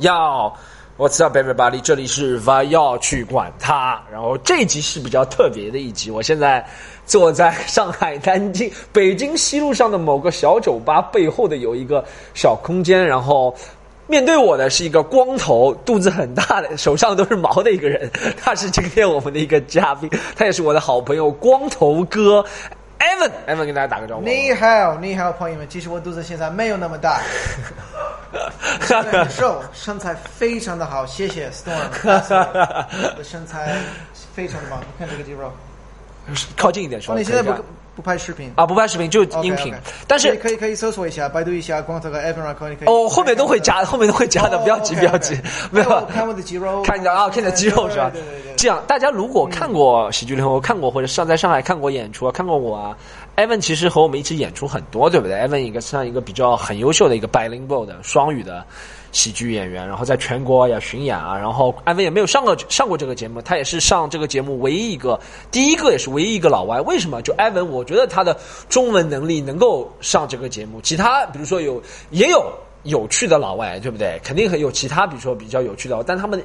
要，What's up, everybody？这里是 v i o 去管它。然后这一集是比较特别的一集，我现在坐在上海南京北京西路上的某个小酒吧背后的有一个小空间，然后。面对我的是一个光头、肚子很大的、手上都是毛的一个人，他是今天我们的一个嘉宾，他也是我的好朋友光头哥 Evan。Evan 跟大家打个招呼。你好，你好，朋友们。其实我肚子现在没有那么大，现在很瘦，身材非常的好。谢 谢 Storm，我的身材非常的棒。你看这个肌肉。 靠近一点说。哦，你现在可以不这样不拍视频？啊， 不拍视频就音频 OK，OK 但是可以可以可以搜索一下，百度一下光头哥 Evan r a c o 你可以。哦，后面都会加，后面都会加的，哦不要急，不 OK，OK 要急，没看我有。啊看我的肌肉，哎看你的啊，看你的肌肉是吧对对对嗯对？对。这样，大家如果看过喜剧联合国，看过或者上在上海看过演出啊，看过我啊，Evan 其实和我们一起演出很多，对不对？Evan 一个像一个比较很优秀的一个 bilingual 的双语的喜剧演员，然后在全国也巡演啊，然后 Evan 也没有上过上过这个节目，他也是上这个节目唯一一个第一个也是唯一一个老外。为什么？就 Evan，我觉得他的中文能力能够上这个节目，其他比如说有也有。有趣的老外，对不对？肯定很有其他，比如说比较有趣的老外，但他们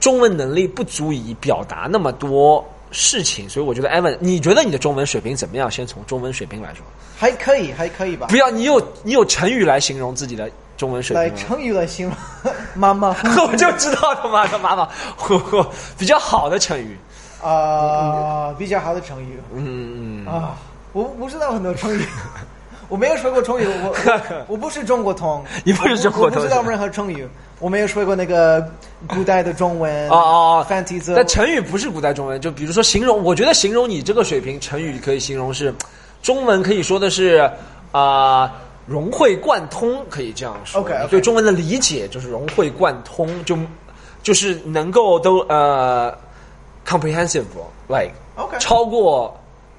中文能力不足以表达那么多事情，所以我觉得 Evan，你觉得你的中文水平怎么样？先从中文水平来说，还可以，还可以吧不。要你有你有成语来形容自己的中文水来平吗？成语来形容，妈妈 我就知道他妈的妈妈，比较好的成语，啊，比较好的成语。嗯，，啊，我不知道很多成语， 我没有说过成语，我我我不是中国通你不是中国通我不我不知道任何成语，我没有说过那个古代的中文哦哦，繁体字但成语不是古代中文，就比如说形容，我觉得形容你这个水平，成语可以形容是，中文可以说的是啊、融会贯通，可以这样说。 OK，OK 你对中文的理解就是融会贯通，就就是能够都呃 comprehensible，like OK 超过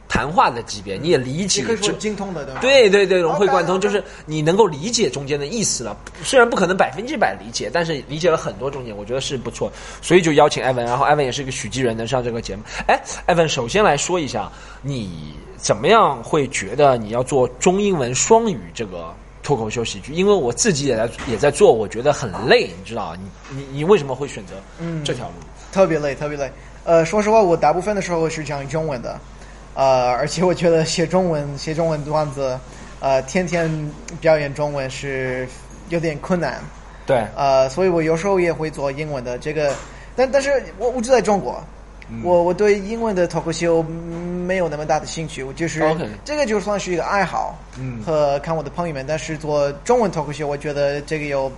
谈话的级别，你也理解你可以说这精通的，对吧？对对对，融会贯通 OK，OK 就是你能够理解中间的意思了，虽然不可能百分之百理解，但是理解了很多中间，我觉得是不错，所以就邀请艾文，然后艾文也是一个许继人，能上这个节目。哎，艾文，首先来说一下，你怎么样会觉得你要做中英文双语这个脱口秀喜剧？因为我自己也在也在做，我觉得很累，你知道，你你你为什么会选择这条路？特别累，特别累。呃，说实话，我大部分的时候是讲中文的，呃，而且我觉得写中文、写中文段子，呃，天天表演中文是有点困难。对，呃，所以我有时候也会做英文的这个，但但是我我就在中国，嗯我我对英文的脱口秀嗯没有那么大的兴趣，我就是哦 OK 这个就算是一个爱好，嗯和看我的朋友们，但是做中文脱口秀，我觉得这个有，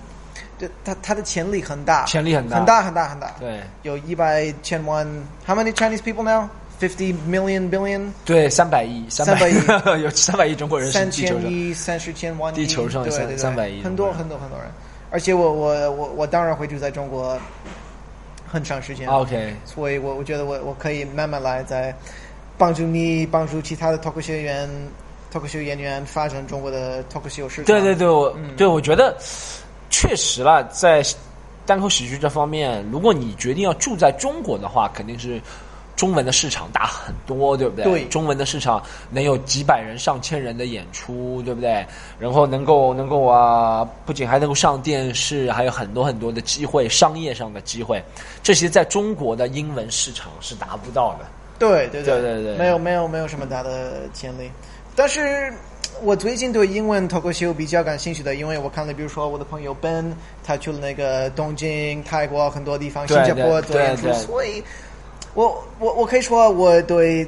这它它的潜力很大，潜力很大很大很大很大，对有一百千万，How many Chinese people now? Fifty million billion，对，三百亿，三300亿， 有三百亿中国人是三地球千人。亿、三十千万亿，地球上对三对对300亿很多很多很多人。而且我我我我当然会住在中国很长时间 OK，所以我我觉得我我可以慢慢来，再帮助你，帮助其他的脱口秀演员、脱口秀演员发展中国的脱口秀市场。对对对，我、对我觉得确实啦，在单口喜剧这方面，如果你决定要住在中国的话，肯定是中文的市场大很多，对不对？对中文的市场能有几百人、上千人的演出，对不对？然后能够能够啊，不仅还能够上电视，还有很多很多的机会，商业上的机会，这些在中国的英文市场是达不到的。对对对对对没有没有没有什么大的潜力。但是我最近对英文脱口秀比较感兴趣的，因为我看了，比如说我的朋友 Ben，他去了那个东京、泰国很多地方，对新加坡对做演出对，对所以我我我可以说我对。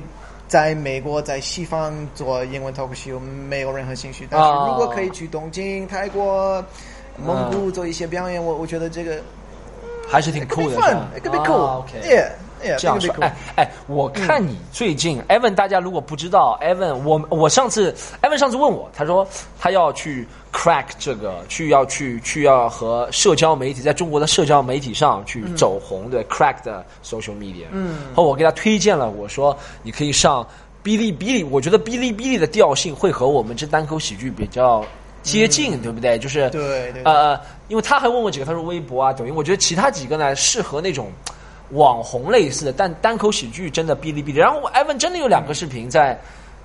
在美国，在西方做英文脱口秀没有任何兴趣，但是哦嗯如果可以去东京、泰国、蒙古做一些表演，我我觉得这个还是哎挺酷的，是吧 fun，it could be cool，啊，OK yeah yeah，这样 it could 说 be，cool 哎哎，我看你最近、e v a n 大家如果不知道，Evan，我我上次 Evan 上次问我，他说他要去 crack 这个，去要去去要和社交媒体在中国的社交媒体上去走红的、crack 的 social media，嗯，然后我给他推荐了，我说你可以上哔哩哔哩，我觉得哔哩哔哩的调性会和我们这单口喜剧比较接近，对不嗯对？就是对对呃，因为他还问我几个，他说微博啊、抖音，我觉得其他几个呢适合那种网红类似的，但单口喜剧真的哔哩哔哩。然后我 Evan 真的有两个视频在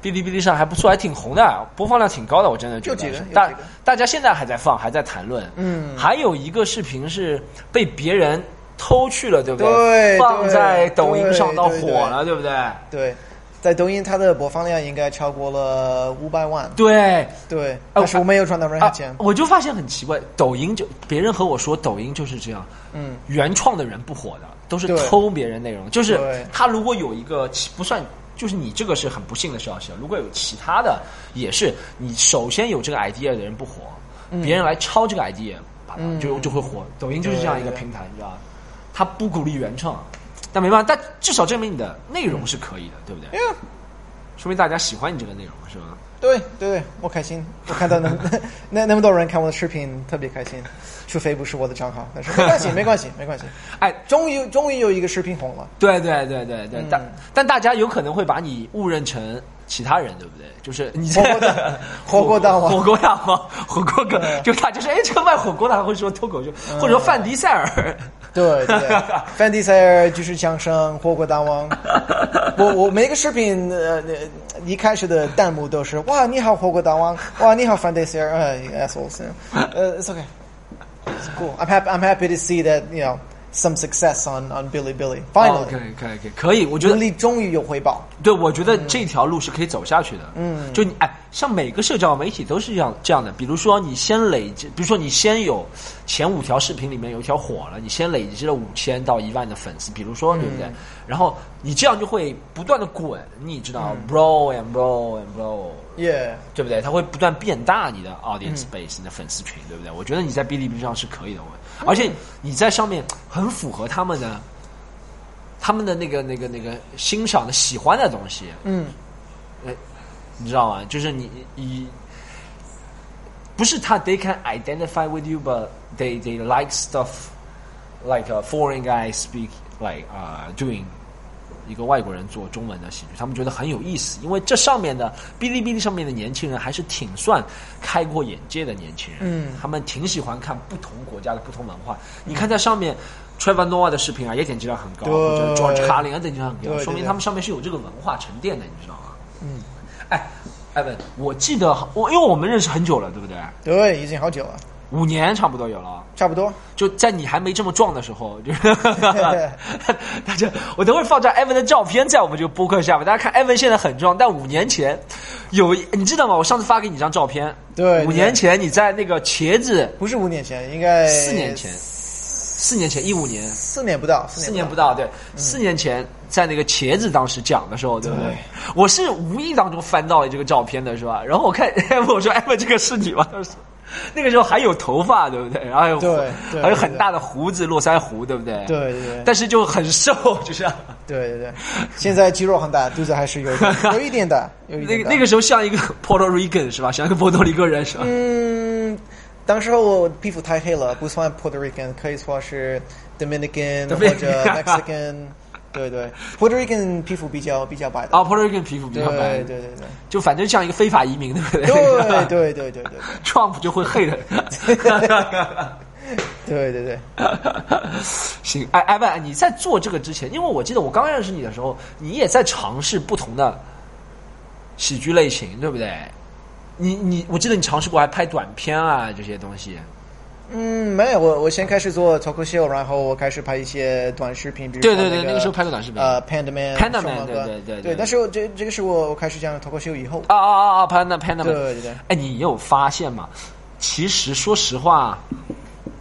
哔哩哔哩上还不错，还挺红的，啊播放量挺高的，我真的觉有几得个是有大几个大家现在还在放，还在谈论。嗯还有一个视频是被别人偷去了，对不对放对在抖音对上到对火对了，对不对？对，在抖音它的播放量应该超过了五百万。对，对，但是我没有赚到任何啊钱，。我就发现很奇怪，抖音就别人和我说抖音就是这样，嗯，原创的人不火的，都是对偷别人内容。就是对他如果有一个其不算，就是你这个是很不幸的消息。如果有其他的，也是你首先有这个 idea 的人不火，别人来抄这个 idea，把它嗯就就会火。抖音就是这样一个对对平台，你知道吧？他不鼓励原创，但没办法，但至少证明你的内容是可以的，对不对？ Yeah，说明大家喜欢你这个内容，是吧？哎对对对，我开心，我看到那那那么多人看我的视频，特别开心。除非不是我的账号，但是没关系，没关系，没关系。哎，终于终于有一个视频红了，对对对对对，嗯但但大家有可能会把你误认成其他人，对不对？就是你火锅大 火锅大王火锅大王， 火锅哥，对嗯就大家说，哎，这个卖火锅的还会说脱口秀，或者说范迪塞尔，对对，范迪塞尔就是相声火锅 大王。我我每个视频呃呃一开始的弹幕都是哇你好火锅大王，哇你好范迪塞尔，呃 assholes，呃 it's okay。It's cool. I'm happy. I'm happy to see that you know some success on on Billy Billy. 哦 Finally，、可以可以可以，可以，我觉努得，力终于有回报。对，我觉得这条路是可以走下去的。嗯，就你哎，像每个社交媒体都是这样这样的，比如说你先累积，比如说你先有前五条视频里面有一条火了，你先累积了五千到一万的粉丝，比如说对不对？然后你这样就会不断的滚，你知道、b r o and bro and bro。 Yeah，对不对？它会不断变大你的 audience base，、你的粉丝群，对不对？我觉得你在哔哩哔哩上是可以的，我，而且你在上面很符合他们的，他们的那个那个那个欣赏的喜欢的东西，嗯，你知道吗？就是你你不是他 they can identify with you but they they like stuff like a foreign guy speak like 啊、doing 一个外国人做中文的喜剧，他们觉得很有意思，因为这上面的哔哩哔哩上面的年轻人还是挺算开阔眼界的年轻人，嗯他们挺喜欢看不同国家的不同文化。你看在上面 Trevor Noah 的视频啊，也点击量很高，对或者 George Carlin 啊点击量很对高，对说明对他们上面是有这个文化沉淀的，你知道吗？嗯，哎，艾文，我记得我因为我们认识很久了，对不对？对，已经好久了，五年差不多有了。差不多。就在你还没这么壮的时候， 就是大家，我等会儿放张艾文的照片在我们这个播客下面，大家看艾文现在很壮，但五年前有一你知道吗？我上次发给你一张照片，对五年前你在那个茄子，不是五年前，应该四年前，四年前一五年，四年不到，四四年年不不到，对，四年前在那个茄子当时讲的时候，对不对嗯对？我是无意当中翻到了这个照片的，是吧？然后我看， 我说：“艾文，这个是你吗？”他说：“那个时候还有头发，对不对？然后还有胡对对还有很大的胡子，络腮胡，对不对？对对对但是就很瘦，就是对对对，现在肌肉很大，肚子还是有 一点有一点大，有一点那个大那个时候像一个 Puerto Rican 是吧？像一个波多黎各人是吧？嗯，当时候我皮肤太黑了，不算 Puerto Rican，可以说是 Dominican 或 Dominican 者 Mexican。对 对，Puerto Rican 皮肤比较比较白的。啊，Puerto Rican 皮肤比对较白，对对对就反正像一个非法移民，对不 对？对对对对对对 Trump 就会 hate 人。对对对， 行，哎哎，万，你在做这个之前，因为我记得我刚认识你的时候，你也在尝试不同的喜剧类型，对不对？你你，我记得你尝试过还拍短片啊这些东西。嗯，没有，我我先开始做脱口秀，然后我开始拍一些短视频，比如对说对对那那个时候拍的短视频呃，Panda Man、 Panda Man，双盲对对哥对对对对但是我这这个是我我开始讲脱口秀以后，啊啊啊啊！拍那拍那。对对对哎，你有发现吗？其实说实话，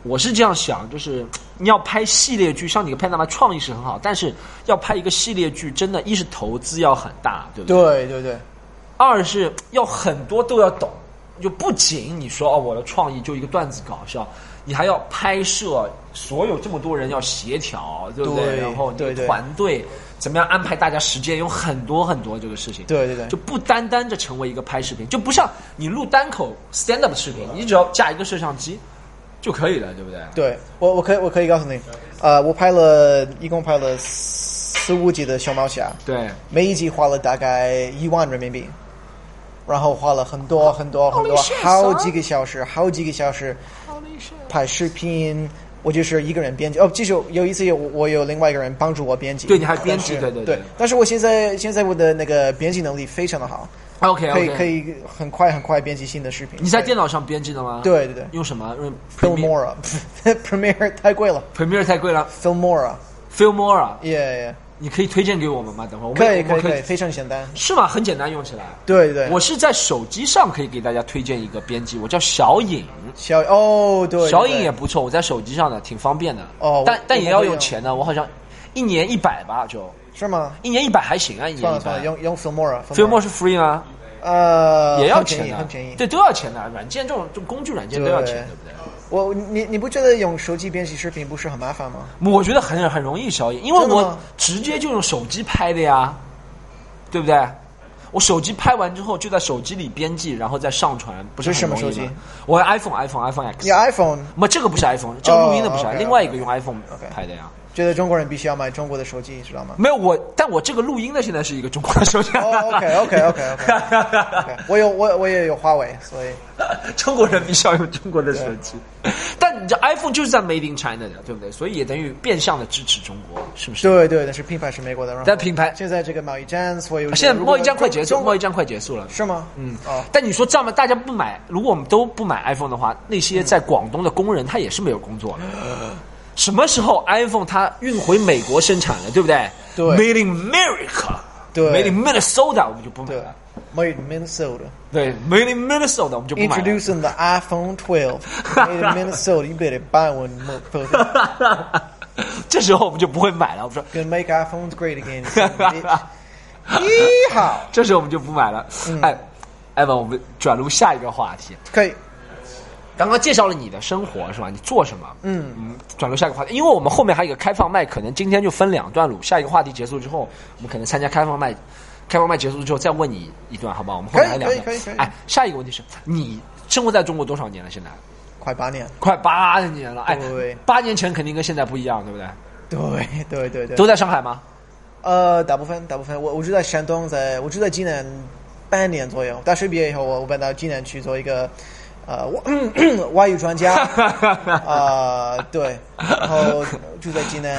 我是这样想，就是你要拍系列剧，像你拍那么创意是很好，但是要拍一个系列剧，真的，一是投资要很大，对不对？对对对，二是要很多都要懂，就不仅你说哦我的创意就一个段子搞笑，你还要拍摄，所有这么多人要协调，对不对？对然后你对的对团队怎么样安排大家时间，有很多很多这个事情。对对对就不单单的成为一个拍视频，就不像你录单口 stand up 的视频，你只要架一个摄像机就可以了，对不对？对我，我可以，我可以告诉你，呃，我拍了一共拍了四五集的《熊猫侠》，对。每一集花了大概一万人民币，然后花了很多很多很多 Holy shit, 好几个小时，好几个小时拍视频。我就是一个人编辑哦，其实有一次有我有另外一个人帮助我编辑，对你还编辑但是对对对对但是我现在现在我的那个编辑能力非常的好， OK 可以 OK，可以很快很快编辑新的视频。你在电脑上编辑的吗？，对对对用什么？用对 Premiere ，Filmora Premiere 太贵了 Premiere 太贵了啊，Filmora，yeah ，Filmora，啊 yeah，你可以推荐给我们吗？等会儿我们可以我们可以可可以，非常简单。是吗？很简单用起来。对对，我是在手机上可以给大家推荐一个编辑，我叫小影，小哦对，对小影也对不错，我在手机上的挺方便的。哦但我但也要用钱我的，我好像一年一百吧，就是吗？一年一百还行啊，一年算了一算了，百。用用 Filmora Filmore 是 free 吗？呃也要很便钱宜的，很便宜。对，都要钱的。软件这种这种工具软件都要钱，对对不对？我你你不觉得用手机编辑视频不是很麻烦吗？我觉得很很容易消音，因为真的我吗直接就用手机拍的呀，对不对？我手机拍完之后就在手机里编辑，然后再上传，不是这是很什么容易吗手机？我 iPhone iPhone iPhone 你 X， iPhone 不，这个不是 iPhone，这个录音的不是，哦，OK，另外一个用 iPhone OK，OK 拍的呀。觉得中国人必须要买中国的手机，知 道吗？没有我，但我这个录音的现在是一个中国的手机。哦，OK，OK，OK，OK，我有我我也有华为，所以 中国人必须要用中国的手机，但你这 iPhone 就是在 Made in China 的，对不对？所以也等于变相的支持中国，是不是？对对，但是品牌是美国的。然后但品牌现在这个贸易战，所以我觉得现在如果贸易战快结束，中贸易战快结束了。是吗？嗯哦，但你说这样吧，大家不买，如果我们都不买 iPhone 的话，那些在广东的工人他也是没有工作的。什么时候 iPhone 它运回美国生产了，对不对？对，Made in America，对，Made in Minnesota 我们就不买对了。 ，Made in Minnesota。对，Made in Minnesota 我们就不买了。 Introducing the iPhone 12 made in Minnesota. You better buy one, motherfucker. 这时候我们就不会买了。我们说， Gonna make iPhones great again. son of a bitch. Yeehaw！ 这时候我们就不买了。嗯哎，艾文，我们转入下一个话题。可以，刚刚介绍了你的生活是吧？你做什么？嗯嗯，转入下一个话题，因为我们后面还有一个开放麦，可能今天就分两段录。下一个话题结束之后，我们可能参加开放麦，开放麦结束之后再问你一段，好不好？我们后面还有两段。可以可以可以可以哎，下一个问题是你生活在中国多少年了？现在快八年。快八年了。哎对，八年前肯定跟现在不一样，对不对？ 对对对对。都在上海吗？呃，大部分大部分，我我住在山东，在我住在济南半年左右。大学毕业以后，我我搬到济南去做一个呃外 外语专家。啊、对，然后住在济南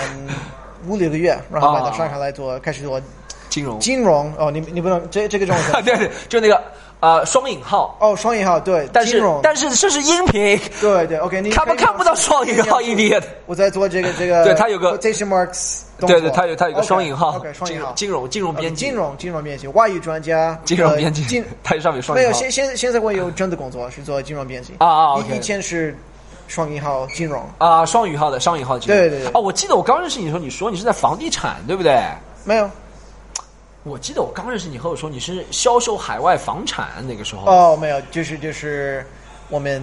五六个月，然后搬到上海来做，开始做金融。金融。哦，你你不能这这个中文 对对，就那个呃双引号，哦，双引号对，但金是融但是这是音频，对对，OK，你他们可以看不到双引号，idiot。我在做这个这个，对它有个 quotation marks，动作对对，它有它有个双引号 OK，OK，双金引号融。金融金融编辑金，融金融编辑，外语专家，金融编辑 呃金它上面有双没引有，号。现现现在我有真的工作是做金融编辑啊啊以 OK 以前是双引号金融，啊，双引号的双引号的金融。对对对哦，我记得我刚认识你的时候，你说你是在房地产，对不对？没有我记得我刚认识你和我说你是销售海外房产那个时候。哦，没有，就是就是我们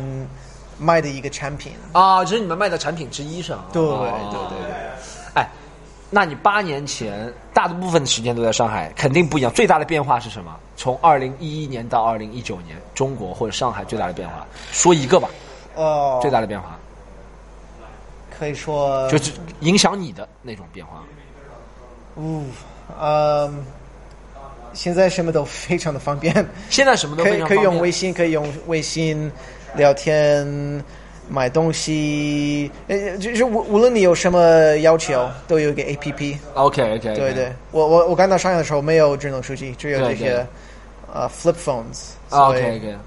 卖的一个产品，啊，这是你们卖的产品之一是吧？对哦对对对。哎，那你八年前大部分的时间都在上海，肯定不一样。最大的变化是什么？从二零一一年到二零一九年，中国或者上海最大的变化，说一个吧，哦，最大的变化，可以说就是影响你的那种变化。呜，嗯，现在什么都非常的方便，现在什么都可非以常可以用微信，信，可以用微信聊天、买东西，呃，就是无无论你有什么要求，啊都有一个 A P P。 OK OK，对对，我我我刚到上海的时候没有智能手机，只有对这对些呃 flip phones，所 OK 以 OK。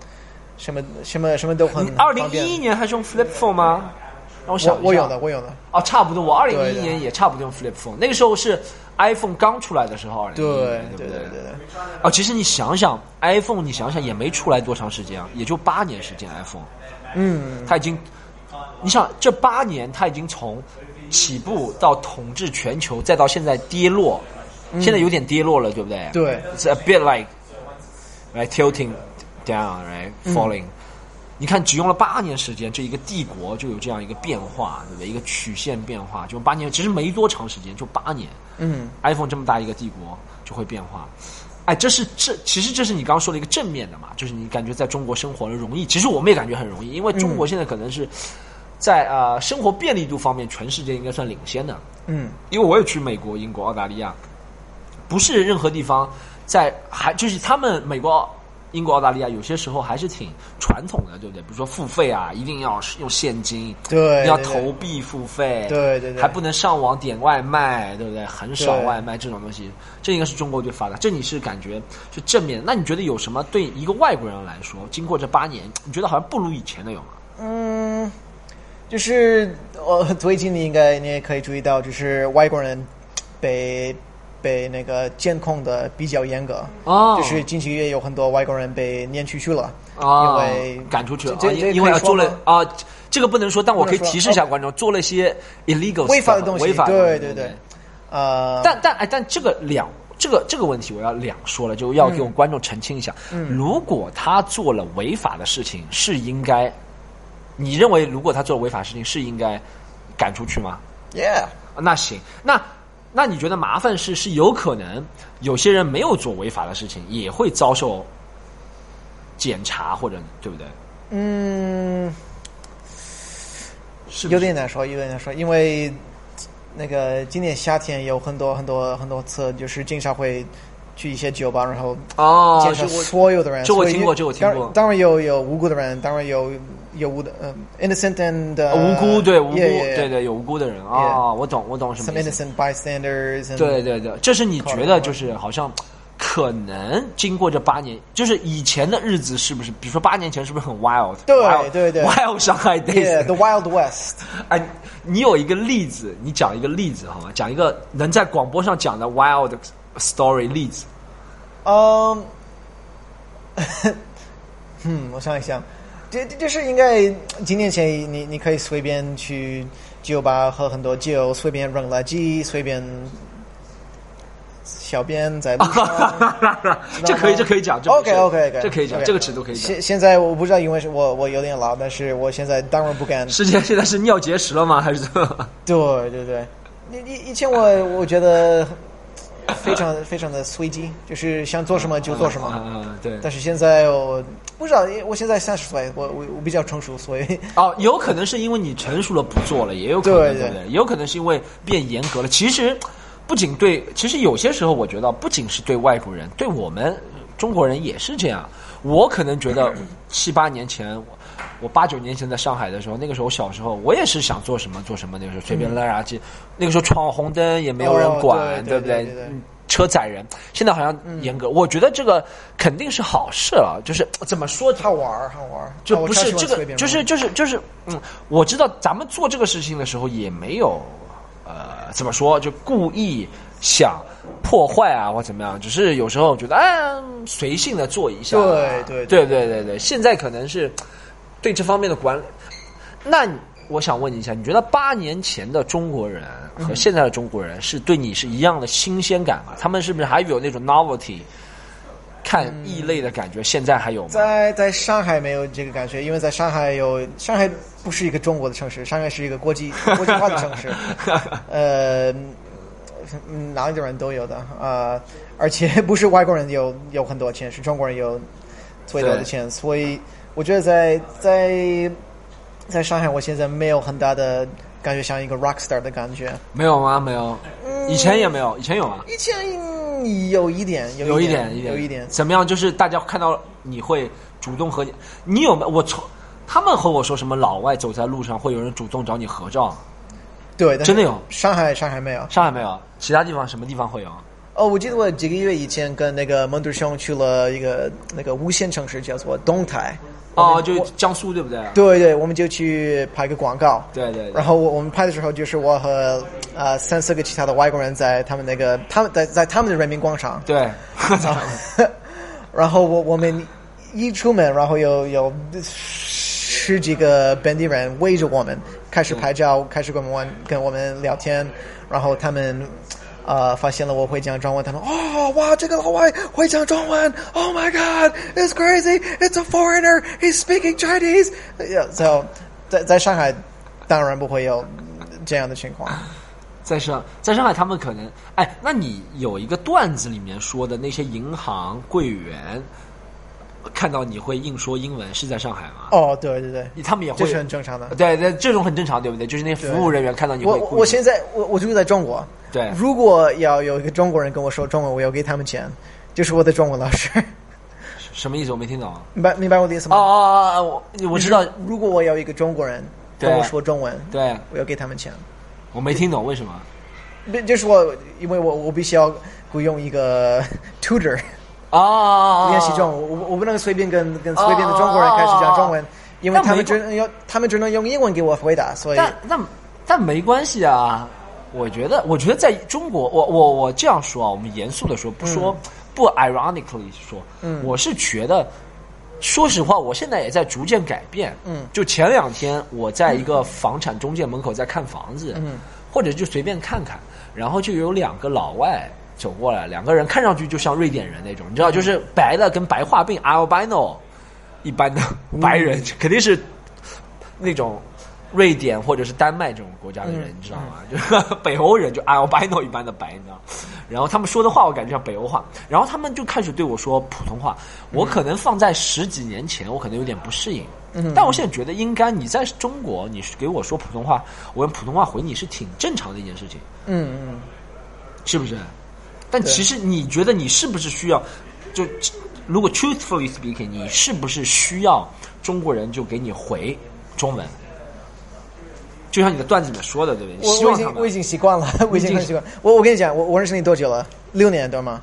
什么什么什么都很你嗯二很零方便一一。年还是用 Flip Phone 吗？让我想我一下我有的，我有的，哦，差不多，我二零一对一的年也差不多用 Flip Phone，那个时候是 iPhone 刚出来的时候，2011对年嗯对对不对对。哦，其实你想想，iPhone 你想想也没出来多长时间啊，也就八年时间，iPhone，嗯，它已经，你想这八年它已经从起步到统治全球，再到现在跌落，现在有点跌落了，对不对？嗯对，It's a bit like right tilting down, right 嗯 falling、你看，只用了八年时间，这一个帝国就有这样一个变化，对不对？一个曲线变化，就八年，其实没多长时间，就八年。嗯，iPhone 这么大一个帝国就会变化。哎，这是这其实这是你刚刚说的一个正面的嘛，就是你感觉在中国生活的容易，其实我们也感觉很容易，因为中国现在可能是在啊、呃生活便利度方面，全世界应该算领先的。嗯，因为我也去美国、英国、澳大利亚，不是任何地方在还就是他们美国、英国、澳大利亚有些时候还是挺传统的，对不对？比如说付费啊，一定要用现金，对，要对对投币付费，对对对还不能上网点外卖，对不对？很少对外卖这种东西，这应该是中国最发达。这你是感觉是正面？那你觉得有什么对一个外国人来说，经过这八年，你觉得好像不如以前的有吗？嗯，就是呃， 最近你应该你也可以注意到，就是外国人被被那个监控的比较严格，哦，就是近几个月有很多外国人被撵出去了，啊，因为赶出去了，这啊这这因因为可啊以做说了吗啊，这个不能说，但我可以不能说提示一下 OK 观众，做了一些 illegal 违法的 stuff，东西违法的对东西对对对呃，但但哎，但这个两这个这个问题我要两说了，就要嗯给我们观众澄清一下。如果他做了违法的事情，是应该，你认为如果他做了违法事情是应该赶出去吗？ yeah，啊那行，那那你觉得麻烦是是有可能有些人没有做违法的事情，也会遭受检查或者对不对？嗯，是不是有点难说，有点难说，因为那个今年夏天有很多很多很多次，就是经常会去一些酒吧，然后哦，检查就我所有的人，这我所以听过这我听当过当然有有无辜的人，当然有有无的，嗯，innocent and 呃 uh, 无辜对无辜 yeah, yeah, yeah. 对对有无辜的人啊、 Yeah 我懂我懂什 Some 么意思。 innocent bystanders and 对对对，这是你觉靠得得就是好像可能经过这八年，就是以前的日子是不是？比如说八年前是不是很 wild？对 wild- 对对，wild 上海 days。 yeah，the wild west 哎，你有一个例子，你讲一个例子好吗？讲一个能在广播上讲的 wild story 例子。嗯， 嗯，我想一想，这这这是应该几年前你你可以随便去酒吧喝很多酒，随便扔垃圾，随便小便在路上。 这可以，这可以讲。这不是 OK，OK，OK，这可以讲哦 OK 这个尺度可以讲。现现在我不知道，因为是我我有点老，但是我现在当然不敢。世界现在是尿结石了吗？还 是怎么？对对对，以以以前我我觉得非常非常的随机，就是想做什么就做 什么。啊，对。但是现在我不知道，因为我现在三十岁，我我我比较成熟，所以 哦，有可能是因为你成熟了不做了，也有可能对对不对对？也有可能是因为变严格了。其实不仅对，其实有些时候我觉得不仅是对外国人，对我们中国人也是这样。我可能觉 得七八年前，我我八九年前在上海的时候，那个时候小时候我也是想做什么做什么，那个时候随便扔垃圾，那个时候闯红灯也没有人嗯哦管，对不对对对对嗯嗯车载人，现在好像严格，我觉得这个肯定是好事了。就是怎么说，好玩儿好玩儿。就啊我不超是喜欢这随个，便就是玩就是就是，嗯，我知道咱们做这个事情的时候也没有，呃，怎么说，就故意想破坏啊或怎么样，只是有时候觉得哎，随性的做一下啊，对对对对对对，现在可能是对这方面的管理。那你我想问你一下，你觉得八年前的中国人嗯和现在的中国人是对你是一样的新鲜感吗？他们是不是还有那种 novelty？看嗯异类的感觉，现在还有吗？在在上海没有这个感觉，因为在上海有上海不是一个中国的城市，上海是一个国际国际化的城 市，呃，嗯哪里的人都有的，呃，而且不是外国人有有很多钱，是中国人有最多的钱，所以我觉得在在在上海，我现在没有很大的感觉像一个 rock star 的感觉，没有吗？没有，以前也没有，以前有吗？以前有一点，有一点，嗯有一点，怎么样？就是大家看到你会主动和你，你有没有？我从他们和我说什么，老外走在路上会有人主动找你合照，对，但是真的有上海上海没有。上海没有，其他地方什么地方会有？哦，我记得我几个月以前跟那个蒙德兄去了一个那个无线城市，叫做东台。我哦，们就我江苏对不对？对对，我们就去拍个广告。对对对然后我我们拍的时候，就是我和呃三四个其他的外国人在他们那个他们在在他们的人民广场。对， 然后 然后我我们一出门，然后有有十几个本地人围着我们，开始拍照，开始跟我们跟我们聊天，然后他们。呃，发现了我会讲中文，他们哦，哇，这个老外会讲中文，Oh my God，it's crazy，it's a foreigner，he's speaking Chinese。so 在在上海，当然不会有这样的情况。在上在上海，他们可能哎，那你有一个段子里面说的那些银行柜员看到你会硬说英文，是在上海吗？哦，对对对，他 们也会这是很正常的。对对，这种很正常，对不对？就是那些服务人员看到你我会我故意我现在我我住在中国，对如果要有一个中国人跟我说中文，我要给他们钱，就是我的中文老师。什么意思？我没听懂。明白明白我的意思哦吗？哦哦，我我知道，就是如果我有一个中国人对跟我说中文，对我要给他们钱。我没听懂为什么。不就是我，因为我我必须要雇佣一个 tutor 哦哦哦，练习中文，我我不能随便跟跟随便的中国人开始讲中哦文，因为他们只能用他们只能用英文给我回答，所以但但但没关系啊，我觉得，我觉得在中国，我我我这样说啊，我们严肃的说，不说、不 ironically 说，嗯我是觉得，说实话，我现在也在逐渐改变，嗯就前两天我在一个房产中介门口在看房子，嗯，或者就随便看看，然后就有两个老外。走过来，两个人看上去就像瑞典人那种，你知道，就是白的跟白化病 albino 一般的嗯白人，肯定是那种瑞典或者是丹麦这种国家的人，嗯你知道吗？ 就是北欧人就 albino 一般的白，你知道吗。然后他们说的话，我感觉像北欧话。然后他们就开始对我说普通话，我可能放在十几年前，我可能有点不适应。嗯但我现在觉得，应该你在中国，你给我说普通话，我用普通话回你是挺正常的一件事情。嗯嗯，是不是？但对其实你觉得你是不是需要？就如果 truthfully speaking，你是不是需要中国人就给你回中文？就像你的段子里面说的，对不对？我希我已望他经我已们经习惯了，我已经很习惯。我我跟你讲，我我认识你多久了？六年对吗？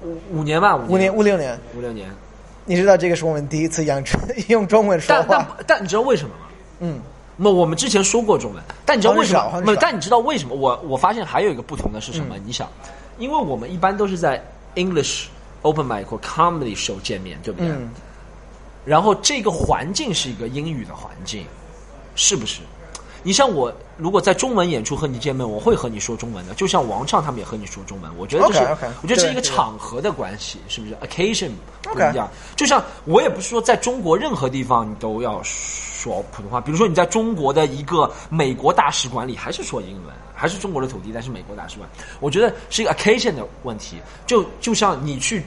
五五年吧，五五年五六年。五六年。你知道这个是我们第一次用中 用中文说但但话，但你知道为什么吗？嗯，那我们之前说过中文，但你知道为什很少么？很没有，少嗯但你知道为什么？我我发现还有一个不同的是什么？你想，因为我们一般都是在 English open mic 或 comedy show 见面，对不对？嗯然后这个环境是一个英语的环境，是不是？你像我，如果在中文演出和你见面，我会和你说中文的，就像王畅他们也和你说中文。我觉得这是 OK，OK，我觉得是一个对对场合的关系，是不是？occasion 不 OK 一样。就像我也不是说在中国任何地方你都要说普通话，比如说你在中国的一个美国大使馆里还是说英文，还是中国的土地，但是美国大使馆，我觉得是一个 occasion 的问题。就就像你去。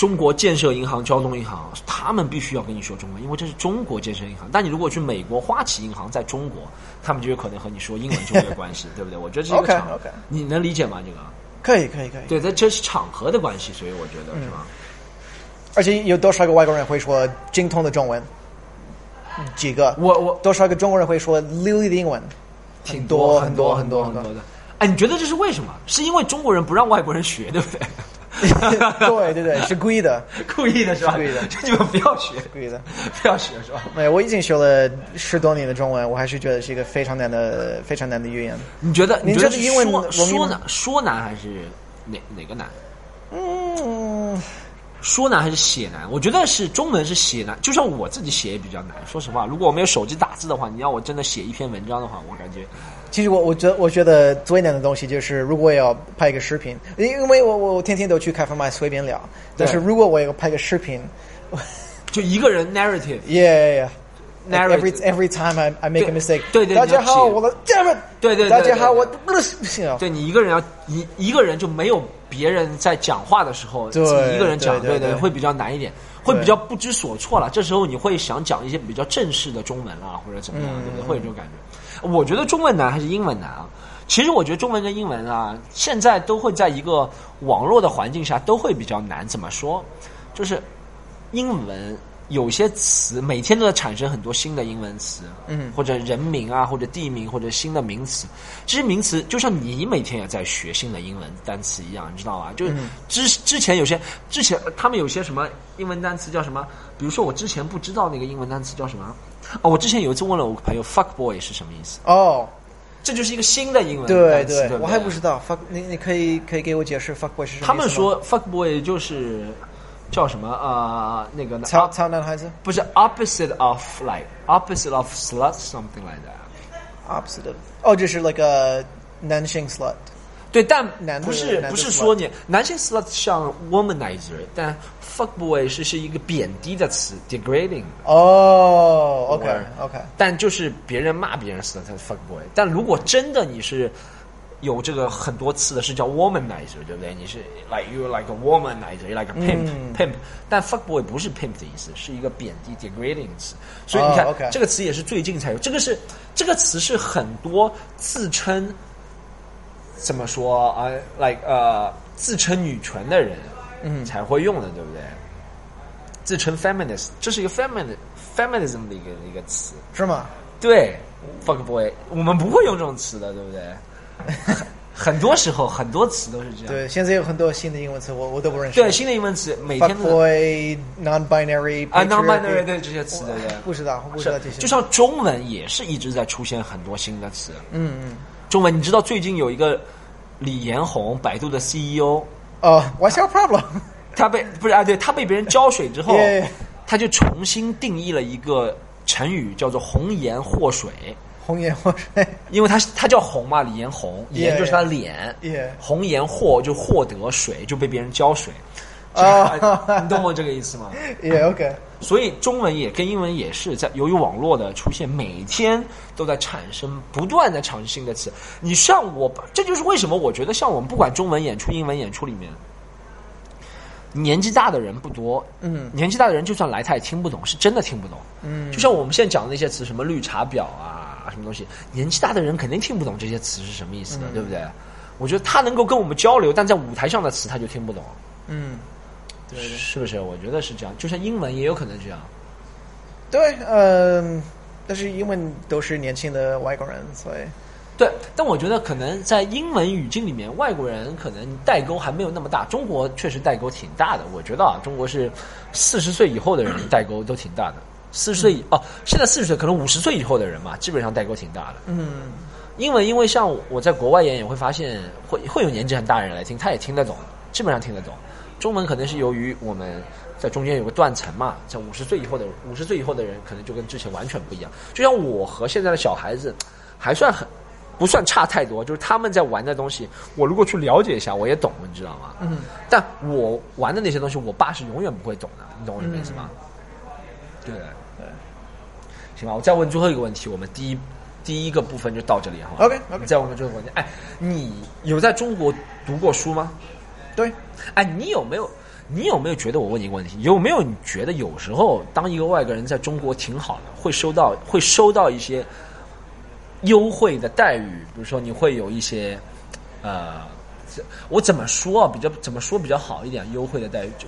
中国建设银行、交通银行，他们必须要跟你说中文，因为这是中国建设银行。但你如果去美国花旗银行，在中国，他们就有可能和你说英文就没有关系，对不对？我觉得这是一个 OK，场合 OK 你能理解吗？这个？可以可以可以。对，这这是场合的关系，所以我觉得、是吧？而且有多少个外国人会说精通的中文？几个？我我多少个中国人会说流利的英文？挺很多很多很多很很多。的。哎，你觉得这是为什么？是因为中国人不让外国人学，对不对？ 对对对，是故意的，故意的是吧？故意的 就你们不要学，故意的。不要学是吧？没有，我已经学了十多年的中文，我还是觉得是一个非常难的、非常难的语言。你觉得？您觉得觉是得英文说文明说吗难说难还是哪哪个难？嗯，说难还是写难？我觉得是中文是写难，就像我自己写也比较难。说实话，如果我没有手机打字的话，你让我真的写一篇文章的话，我感觉其实我我觉得我觉得最难的东西就是，如果要拍一个视频，因因为我我我天天都去开放麦随便聊，但是对如果我要拍个视频就一个人 narrative ，yeah yeah。yeah. Like narrative every every time I I make a 对 mistake，对对大家好，你要我的 damn it，对对对大家好，对我对不是不行啊，对你一个人要一一个人就没有别人在讲话的时候，对自己一个人讲，对对对，对会比较难一点，会比较不知所措了。这时候你会想讲一些比较正式的中文啦，或者怎么嗯样，对不对？会有这种感觉。我觉得中文难还是英文难啊？其实我觉得中文跟英文啊，现在都会在一个网络的环境下都会比较难。怎么说？就是英文有些词每天都在产生很多新的英文词，嗯或者人名啊，或者地名，或者新的名词。这些名词就像你每天也在学新的英文单词一样，你知道吧？就是嗯之之前有些之前他们有些什么英文单词叫什么？比如说我之前不知道那个英文单词叫什么。哦，我之前有一次问了我朋友 “fuck boy” 是什么意思，哦，这就是一个新的英文对单词，对对，我还不知知道，fuck，你你可以可以给我解释 fuck boy 是什么意思吗？他们说 “fuck boy” 就是叫什么啊、呃那个操操男孩子不是 opposite of like opposite of slut something like that。 ，opposite，of 哦，这是 like a 男性 slut，对，但男的不是男的不是 slut 说你男性 slut 像 womanizer，但 fuck boy 是是一个贬低的词，degrading。哦，OK 玩 OK，但就是别人骂别人 slut 才是 fuck boy。但如果真的你是有这个很多次的，是叫 womanizer，对不对？你是 like you like a womanizer，you like a pimp、嗯 pimp。但 fuck boy 不是 pimp 的意思，是一个贬低 degrading 的词。所以你看、哦，OK 这个词也是最近才有，这个是这个词是很多自称怎么说啊、l i k e 呃，自称女权的人，嗯才会用的，对不对？自称 feminist，这是一个 feminist feminism 的一个一个词。是吗？对，fuck boy，我们不会用这种词的，对不对？ 很多时候，很多词都是这样。对，现在有很多新的英文词，我我都不认识。对，新的英文词每天都 fuckboy、non-binary 啊 patriarchy ，non-binary 对这些词，对不对？不知道，不知道这些。就像中文也是一直在出现很多新的词。嗯嗯。中文，你知道最近有一个李彦宏，百度的 CEO，哦、w h a t s your problem？ 他被不是啊，对他被别人浇水之后 Yeah, yeah, yeah.，他就重新定义了一个成语，叫做“红颜祸水”。红颜祸水。因为他是他叫红嘛，李彦宏，颜就是他的脸 Yeah. 红颜祸就获得水，就被别人浇水，啊这 你懂我这个意思吗？ Yeah, OK。所以中文也跟英文也是在由于网络的出现，每天都在产生，不断的产生新的词。你像我，这就是为什么我觉得像我们不管中文演出、英文演出里面，年纪大的人不多，嗯年纪大的人就算来他也听不懂，是真的听不懂。嗯就像我们现在讲的那些词，什么绿茶婊啊，什么东西，年纪大的人肯定听不懂这些词是什么意思的，对不对？我觉得他能够跟我们交流，但在舞台上的词他就听不懂，嗯，对是不是？我觉得是这样，就像英文也有可能这样。对，嗯、但是英文都是年轻的外国人，所以对，但我觉得可能在英文语境里面，外国人可能代沟还没有那么大。中国确实代沟挺大的，我觉得啊，中国是四十岁以后的人代沟都挺大的。四十岁以哦，现在四十岁可能五十岁以后的人嘛，基本上代沟挺大的。嗯英文因为像我在国外演，也会发现会会有年纪很大的人来听，他也听得懂，基本上听得懂。中文可能是由于我们在中间有个断层嘛，在五十岁以后的五十岁以后的人，可能就跟之前完全不一样。就像我和现在的小孩子，还算很不算差太多，就是他们在玩的东西，我如果去了解一下，我也懂，你知道吗？嗯。但我玩的那些东西，我爸是永远不会懂的，你懂我什么意思吗？对对。行吧，我再问最后一个问题，我们第一第一个部分就到这里哈。 OK，OK 再问个最后一个问题，哎，你有在中国读过书吗？对，哎，你有没有？你有没有觉得我问你一个问题？有没有你觉得有时候当一个外国人在中国挺好的，会收到会收到一些优惠的待遇？比如说你会有一些呃，这我怎么说啊比较怎么说比较好一点？优惠的待遇就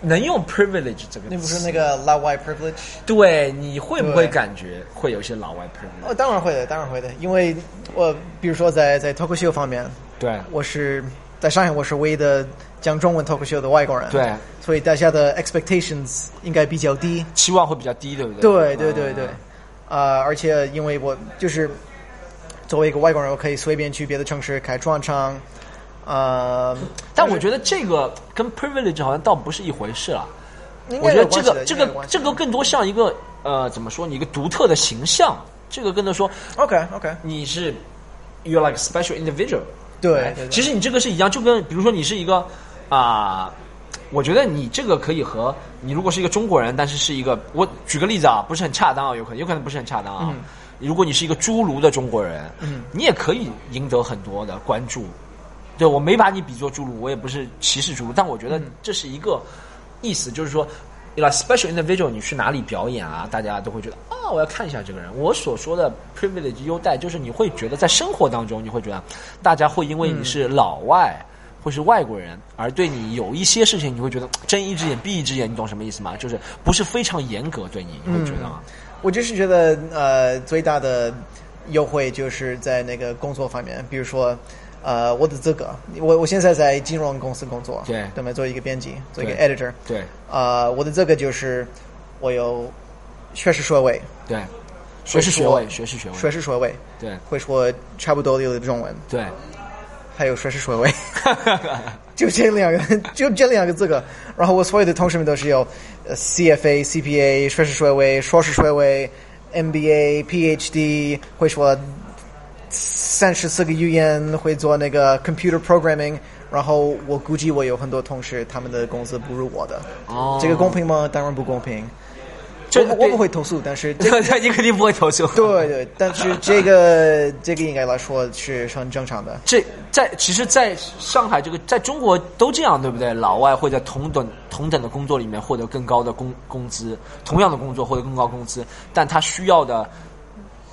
能用 privilege 这个词？那不是那个老外 privilege？对，你会不会对感觉会有一些老外 privilege？哦，当然会的，当然会的，因为我比如说在在脱口秀方面，对我是在上海，我是唯一的讲中文脱口秀的外国人，对，所以大家的 expectations 应该比较低。期望会比较低，对不对？对对对对嗯，呃，而且因为我就是作为一个外国人，我可以随便去别的城市开专场，呃，但我觉得这个跟 privilege 好像倒不是一回事啊。应我该觉得有这关系个的这应该有个关系这个更多像一个呃，怎么说？你一个独特的形象。这个更多说 OK OK，你是 you're like a special individual 对哎对对其实你这个是一样，就跟比如说你是一个啊、我觉得你这个可以和你如果是一个中国人，但是是一个我举个例子啊，不是很恰当啊，有可能有可能不是很恰当啊。如果你是一个侏儒的中国人，嗯你也可以赢得很多的关注。对我没把你比作侏儒，我也不是歧视侏儒，但我觉得这是一个意思，就是说。like special individual，你去哪里表演啊？大家都会觉得啊、我要看一下这个人。我所说的 privilege 优待，就是你会觉得在生活当中，你会觉得大家会因为你是老外、或是外国人，而对你有一些事情，你会觉得睁一只眼闭一只眼，你懂什么意思吗？就是不是非常严格对你，你会觉得吗？我就是觉得呃，最大的优惠就是在那个工作方面，比如说。呃，我的资格，我我现在在金融公司工作，对对吗？做一个编辑，做一个对 editor，对呃，我的这个就是我有学士学位，对，学士学我位，学士学位，学士学位，对会说差不多的中文，对， 还有学士学位，就这两个， 就这两个资格。然后我所有的同事们都是有呃 CFA、CPA、学士学位、硕士学位、MBA、PhD，会说三十四个语言，会做那个 computer programming。然后我估计我有很多同事，他们的工资不如我的，哦这个公平吗？当然不公平。这我不我不会投诉，但是这对，对，你肯定不会投诉。对对，但是这个这个应该来说是很正常的。这在其实，在上海这个在中国都这样，对不对？老外会在同等同等的工作里面获得更高的工工资，同样的工作获得更高工资，但他需要的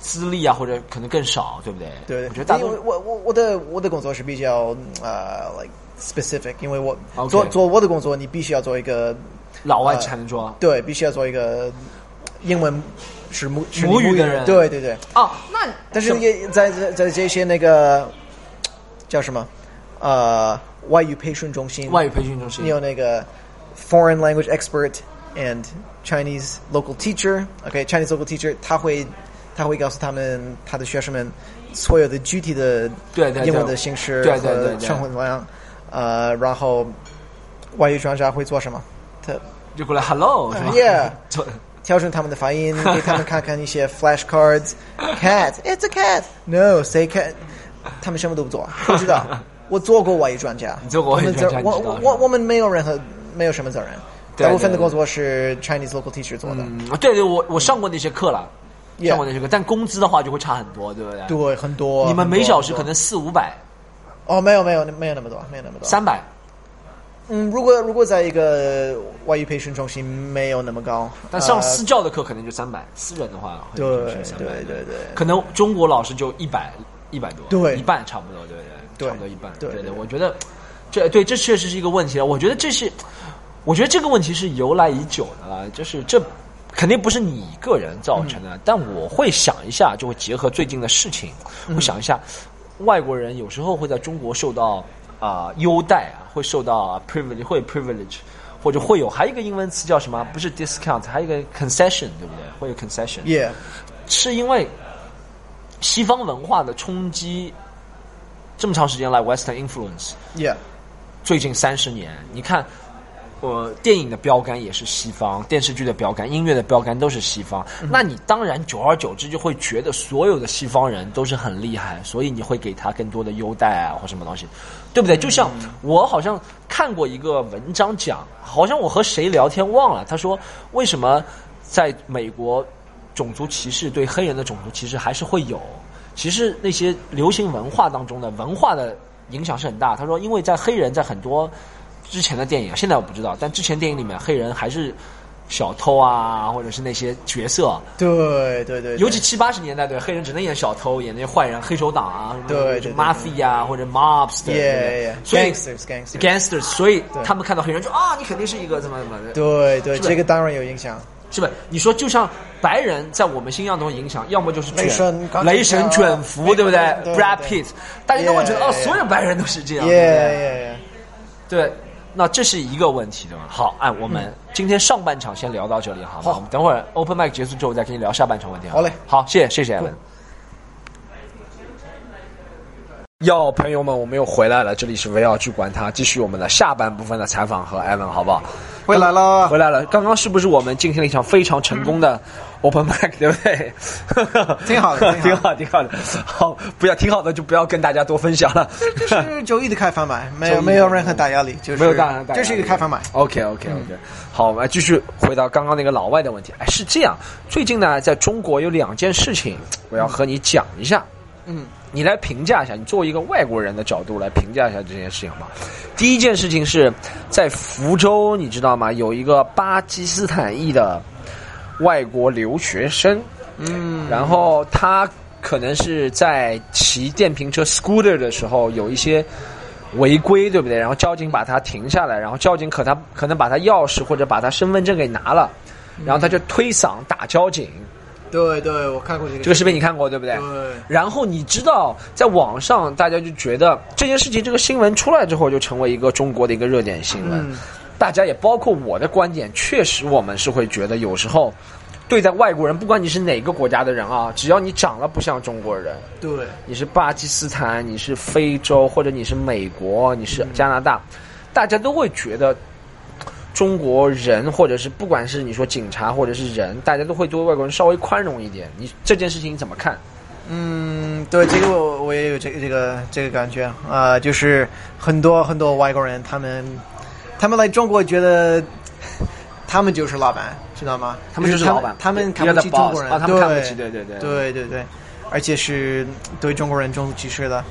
资历啊，或者可能更少，对不对？对，我觉得大因多为我我我的我的工作是比较呃、like specific，因为我 OK 做做我的工作，你必须要做一个老外才能做对，必须要做一个英文是母是母语语的人对对对。哦，那但是也在在在这些那个叫什么呃外语培训中心，外语培训中你心有那个 foreign language expert and Chinese local teacher，OK，Chinese、local teacher，他会他会告诉他们他的学生们所有的具体的对对对英文的形式对对对和对生活怎么样，呃，然后外语专家会做什么？他就过来 hello 是吧呃 Yeah 做调整他们的 发音，给他们看看一些 flashcards。Cat，it's a cat，no，say cat，他们什么都不 做，不知道。我做过外语专家，你做过外语专家你知我道们责我是吧我我们没有任何没有什么责任，对大部分的对工作是 Chinese local teacher 做的，嗯，对对，我我上过那些课了， Yeah 上过那些课，但工资的话就会差很多，对不对？对，很多。你们每很多小时可很多能四五百、哦，没有没有没有那么多，没有那么多。三百，嗯，如果如果在一个外语培训中心没有那么高，但上呃私教的课可能就三百，私人的话会对就是300对对对可能中国老师就一百一百多，对一半差不多，对不对？对差不多一半，对对对对我觉得这对这确实是一个问题了。我觉得这是，我觉得这个问题是由来已久的了，就是这。肯定不是你一个人造成的，嗯但我会想一下，就会结合最近的事情，嗯会想一下，外国人有时候会在中国受到啊、优待啊，会受到啊 privilege，会 privilege，或者会有，还有一个英文词叫什么？不是 discount，还有一个 concession，对不对？会有 concession。 ，yeah，是因为西方文化的冲击，这么长时间来 Western influence， yeah，最近三十年，你看，呃，电影的标杆也是西方，电视剧的标杆、音乐的标杆都是西方。那你当然久而久之就会觉得所有的西方人都是很厉害，所以你会给他更多的优待啊，或什么东西，对不对？就像我好像看过一个文章讲，好像我和谁聊天忘了，他说为什么在美国种族歧视对黑人的种族歧视还是会有。其实那些流行文化当中的文化的影响是很大。他说，因为在黑人在很多之前的电影，现在我不知道，但之前电影里面黑人还是小偷啊，或者是那些角色，对对对，尤其七八十年代对黑人只能演小偷，演那些坏人、黑手党啊，对对对 mafia 啊或者 mobs 的， yeah yeah 所以 gangsters gangsters。 gangsters，所以对他们看到黑人说啊，你肯定是一个怎么怎么的，对对，是吧这个当然有影响。是吧？你说就像白人在我们心象中影响，要么就是卷雷神钢铁侠雷神卷福，美国对不对人对对？Brad Pitt，大家都会觉得 Yeah, 哦， yeah, 所有白人都是这样，耶对不啊对耶耶！对，那这是一个问题，对吧？好，哎，我们今天上半场先聊到这里，好吗？嗯好我们等会儿 open mic 结束之后再跟你聊下半场问题。吗好嘞嗯好，谢谢，谢谢艾文。哟，朋友们，我们又回来了，这里是围绕去管他，继续我们的下半部分的采访和艾文，好不好？回来了回来了。刚刚是不是我们进行了一场非常成功的 open mic，对不对？嗯 挺好 的挺挺好，挺好的。好，不要挺好的就不要跟大家多分享了。这是周一的开 放麦，没周有一没有任何大压力， 就是没有大大这是一个开放麦。嗯 OK OK OK，、好，我们继续回到刚刚那个老外的问题。哎，是这样，最近呢，在中国有两件事情，我要和你讲一下。嗯，你来评价一下，你作为一个外国人的角度来评价一下这件事情吧。第一件事情是在福州，你知道吗？有一个巴基斯坦裔的外国留学生，嗯，然后他可能是在骑电瓶车 scooter 的时候有一些违规，对不对？然后交警把他停下来，然后交警可他可能把他钥匙或者把他身份证给拿了，然后他就推搡打交警。对对，我看过这个这个视频你看过对不对？对然后你知道，在网上大家就觉得这件事情，这个新闻出来之后，就成为一个中国的一个热点新闻。嗯大家也包括我的观点，确实我们是会觉得有时候。对待外国人，不管你是哪个国家的人啊，只要你长得不像中国人，对你是巴基斯坦，你是非洲，或者你是美国，你是加拿大，大家都会觉得中国人，或者是不管是你说警察或者是人，大家都会对外国人稍微宽容一点。你这件事情你怎么看？嗯，对，这个我我也有这个这个这个感觉啊、呃就是很多很多外国人，他们他们来中国觉得 他们就是老板，知道吗？他们就是老板他们别他们看不起别的 boss，中国人，啊他们看不起对对对对对对，而且是对中国人种族歧视的，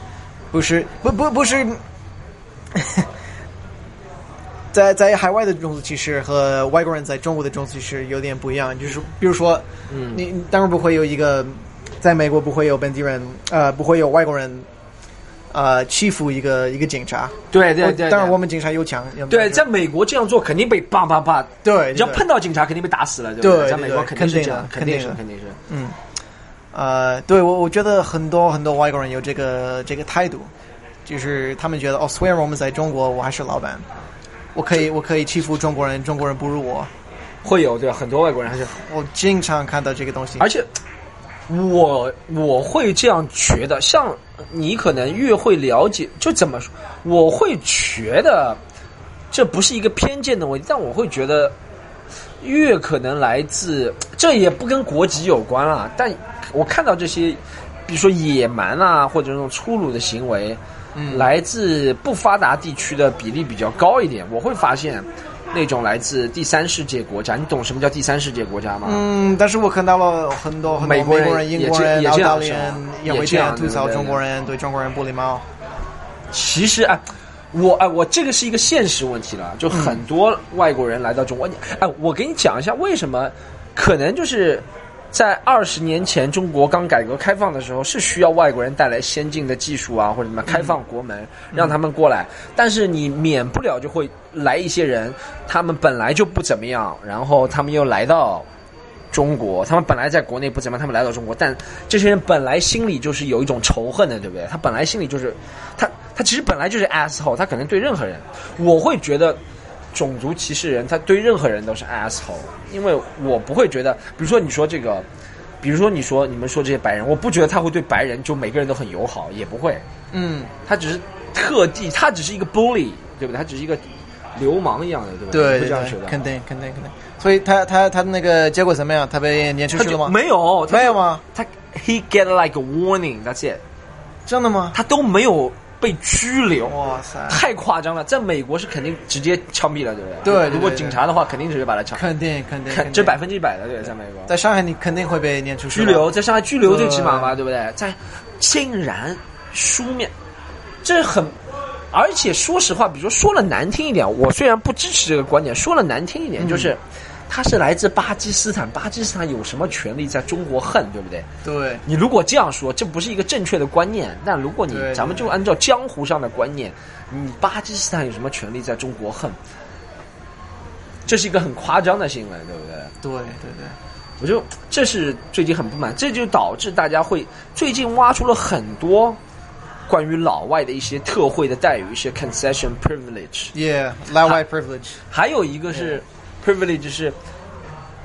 不是不不不是。在在海外的种族歧视和外国人在中国的种族歧视有点不一样，就是比如说，嗯你你当然不会有一个，在美国不会有本地人，呃，不会有外国人，呃欺负一个一个警察。对对对，哦当然我们警察有强，有对，在美国这样做肯定被叭叭叭，对，你要碰到到警察肯定被打死了，对不对对在美国对肯定是这样，肯肯定定的是肯肯定是。嗯，呃，对我我觉得很多很多外国人有这个这个态度，就是他们觉得哦，虽然我们在中国，我还是老板，我可以我可以欺负中国人，中国人不如我。会有对吧？很多外国人还是，我经常看到这个东西而，且我我会这样觉得，像你可能越会了解，就怎么说，我会觉得这不是一个偏见的问题，但我会觉得越可能来自，这也不跟国籍有关啦，但我看到这些，比如说野蛮啊，或者那种粗鲁的行为，嗯来自不发达地区的比例比较高一点，我会发现。那种来自第三世界国家，你懂什么叫第三世界国家吗？嗯，但是我看到了很多很多美国人人、英也国这人、也澳这样大利是亚吧人也会这样吐槽对对对中国人，对中国人不礼貌。其实哎，我哎，我这个是一个现实问题了，就很多外国人来到中国，你哎，我给你讲一下为什么，可能就是在二十年前中国刚改革开放的时候，是需要外国人带来先进的技术啊，或者什么开放国门，让他们过来，但是你免不了就会来一些人，他们本来就不怎么样，然后他们又来到。中国，他们本来在国内不怎么样，他们来到中国，但这些人本来心里就是有一种仇恨的，对不对？他本来心里就是，他他其实本来就是 asshole，他可能对任何人，我会觉得种族歧视人，他对任何人都是 asshole，因为我不会觉得，比如说你说这个，比如说你说你们说这些白人，我不觉得他会对白人就每个人都很友好，也不会，嗯，他只是特地，他只是一个 bully，对不对？他只是一个流氓一样的，对不对你会对这样觉对，得肯定肯定肯定。所以他他他那个结果怎么样？他被撵出他去了就吗？没有，他没有吗？他 he get like a warning，that's it，真的吗？他都没有被拘留。哇塞，太夸张了，在美国是肯定直接枪毙了，对不对？对对对如果警察的话，肯定直接把他枪，肯定肯定，肯肯定这百分之一百的，对，在美国在上海你肯定会被撵出去拘了留，。在上海拘留最起码吧，对对不对？在竟然书面，这很，而且说实话，比如说说了难听一点，我虽然不支持这个观点，说了难听一点嗯就是。他是来自巴基斯坦，巴基斯坦有什么权利在中国恨，对不对？对你如果这样说，这不是一个正确的观念。那如果你对咱们就按照江湖上的观念，你巴基斯坦有什么权利在中国恨？这是一个很夸张的新闻，对不对？对对对，我就这是最近很不满，这就导致大家会最近挖出了很多关于老外的一些特惠的待遇，一些 concession privilege。 yeah，老外 privilege，还有一个是 privilege 是，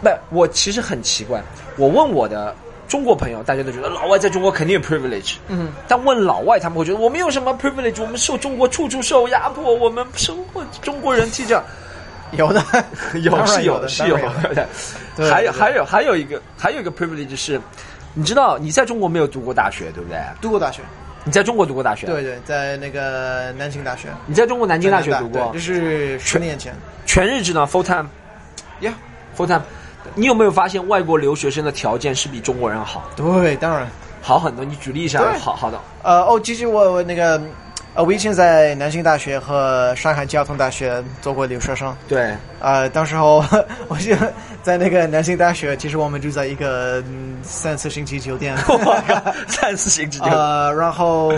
不，我其实很奇怪，我问我的中国朋友，大家都觉得老外在中国肯定有 privilege，嗯，但问老外，他们会觉得我们有什么 privilege，我们受中国处处受压迫，我们生活中国人替这样， 有的 有当然是有有的是有当然有的的， 对还有对还有还有一个还有一个 privilege 是，你知道你在中国没有读过大学，对不对？读过大学，你在中国读过大学，对对，在那个南京大学，你在中国南京大学读对过这是十年前全日制呢 full time ，yeah， full time，你有没有发现外国留学生的条件是比中国人好？对，当然。好很多。你举例一下对，好好的，呃，哦，其实我我那个，呃，我以前在南京大学和上海交通大学做过留学生。对，呃，当时候 我就在那个南京大学，其实我们住在一个、嗯、三四星级酒店。我靠， 三四星级就呃，然后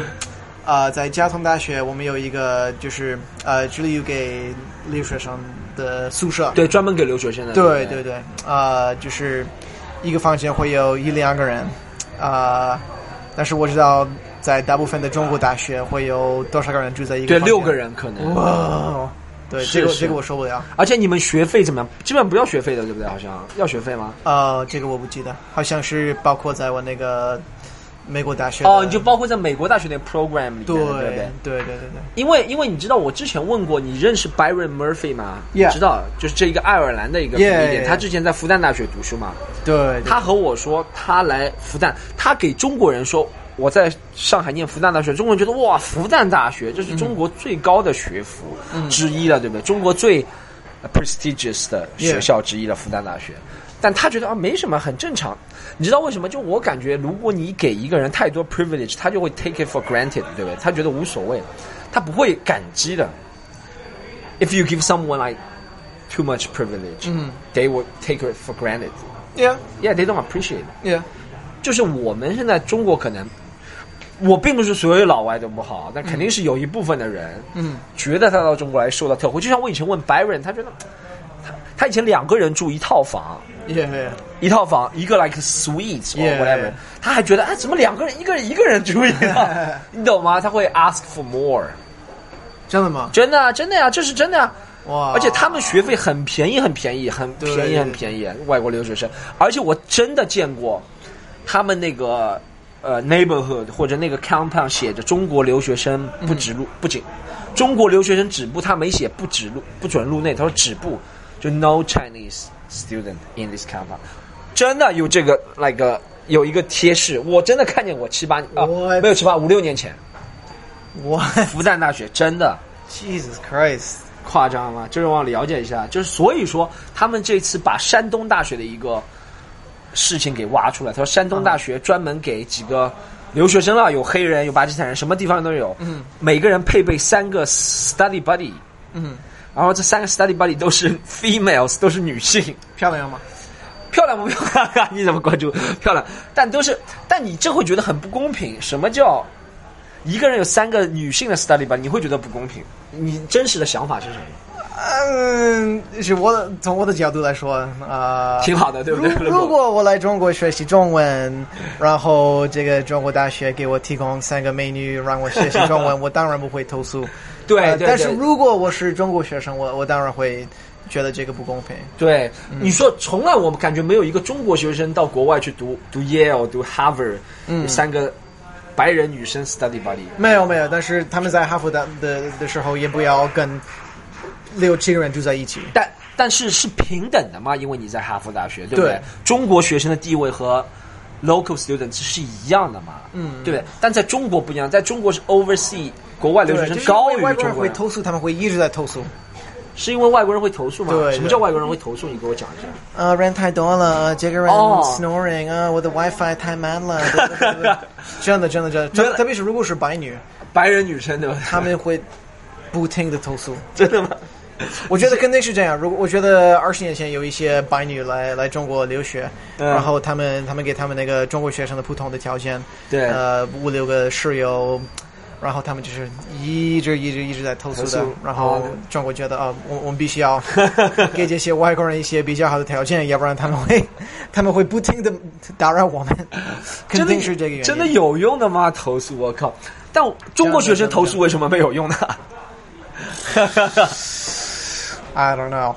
呃，在交通大学，我们有一个就是呃，只留给留学生的宿舍。对，专门给留学生的，对不对对，呃，就是一个房间会有一两个人，呃，但是我知道在大部分的中国大学会有多少个人住在一个对，房间六个。人可哇能。哦，对，是这个是这个我受不了。而且你们学费怎么样？基本不要学费的，对不对？好像要学费吗？呃，这个我不记得，好像是包括在我那个美国大学的。哦，你就包括在美国大学那个 program 里面，对对不对？对对对对，因为因为你知道我之前问过你认识 Byron Murphy 吗 Yeah 你知道，就是这一个爱尔兰的一个福 Yeah, 利点 yeah, yeah 他之前在复旦大学读书嘛。对对他和我说他来复旦，他给中国人说我在上海念复旦大学，中国人觉得哇，复旦大学这是中国最高的学府嗯之一了，对不对？中国最 prestigious 的学校之一了，复旦大学。但他觉得啊，没什么，很正常。你知道为什么？就我感觉，如果你给一个人太多 privilege，他就会 take it for granted，对不对？他觉得无所谓，他不会感激的。If you give someone like too much privilege，嗯，they will take it for granted。 ，yeah Yeah, they don't appreciate. it. yeah，就是我们现在中国可能，我并不是所有老外都不好，但肯定是有一部分的人，嗯，觉得他到中国来受到特惠。就像我以前问白人，他觉得他他以前两个人住一套房，也没有。一套房一个 like suite or Yeah, whatever，、 yeah. 他还觉得哎怎么两个人一个人一个人住一套， 你懂吗？他会 ask for more，真的吗？真的啊真的呀、这是真的呀、哇！而且他们学费很便宜，很便宜，很对便宜，很便宜。外国留学生，而且我真的见过，他们那个呃 neighborhood 或者那个 compound 写着中国留学生不止嗯入，不仅中国留学生止步，他没写不止入，不准入内，他说止步，就 no Chinese student in this compound。真的有这个那个有一个贴士，我真的看见过七八啊 What？没有七八五六年前，我复旦大学真的。 Jesus Christ！夸张吗？就是我了解一下，就是所以说他们这次把山东大学的一个事情给挖出来。他说山东大学专门给几个留学生啊，有黑人，有巴基斯坦人，什么地方人都有，嗯每个人配备三个 study buddy，嗯，然后这三个 study buddy 都是 females，都是女性。漂亮吗？漂亮不漂亮？你怎么关注漂亮？但都是，但你这会觉得很不公平。什么叫一个人有三个女性的 study buddy？你会觉得不公平？你真实的想法是什么？嗯，是我的从我的角度来说啊、呃 挺好的，对不对？如如果我来中国学习中文，然后这个中国大学给我提供三个美女让我学习中文，我当然不会投诉。 对呃对但是对如果我是中国学生，我我当然会觉得这个不公平。对，嗯你说从来我们感觉没有一个中国学生到国外去读读 Yale、读 Harvard，、有嗯三个白人女生 study buddy，没有没有，但是他们在哈佛的的的时候也不要跟六七个人住在一起。但但是是平等的嘛？因为你在哈佛大学，对不对？对中国学生的地位和 local student 是一样的嘛？嗯对不对？但在中国不一样，在中国是 oversea。国外留学对生就是高因为于外国中人国会人，投诉，他们会一直在投诉。是因为外国人会投诉吗？对什么对叫外国人会投诉？你给我讲一下。啊，人太多了，这个人哦 snoring 啊，我的 WiFi 太慢 了，对对对对真的真的真的原特，来特别是如果是白女，白人女生对吧？他们会不停的投诉。真的吗？我觉得肯定是这样。如果我觉得二十年前有一些白女来来中国留学，嗯然后他们他们给他们那个中国学生的普通的条件，对呃，五六个室友。哦然后他们就是一直一直一直在投诉的，投诉然后哦中国觉得啊、我我们必须 要给这些外国人一些比较好的条件，要不然他们会 他们会不停的打扰我们，肯真的定是这个原因。真的有用的吗？投诉我靠！但中国学生投诉为什么没有用呢？ ，I don't know,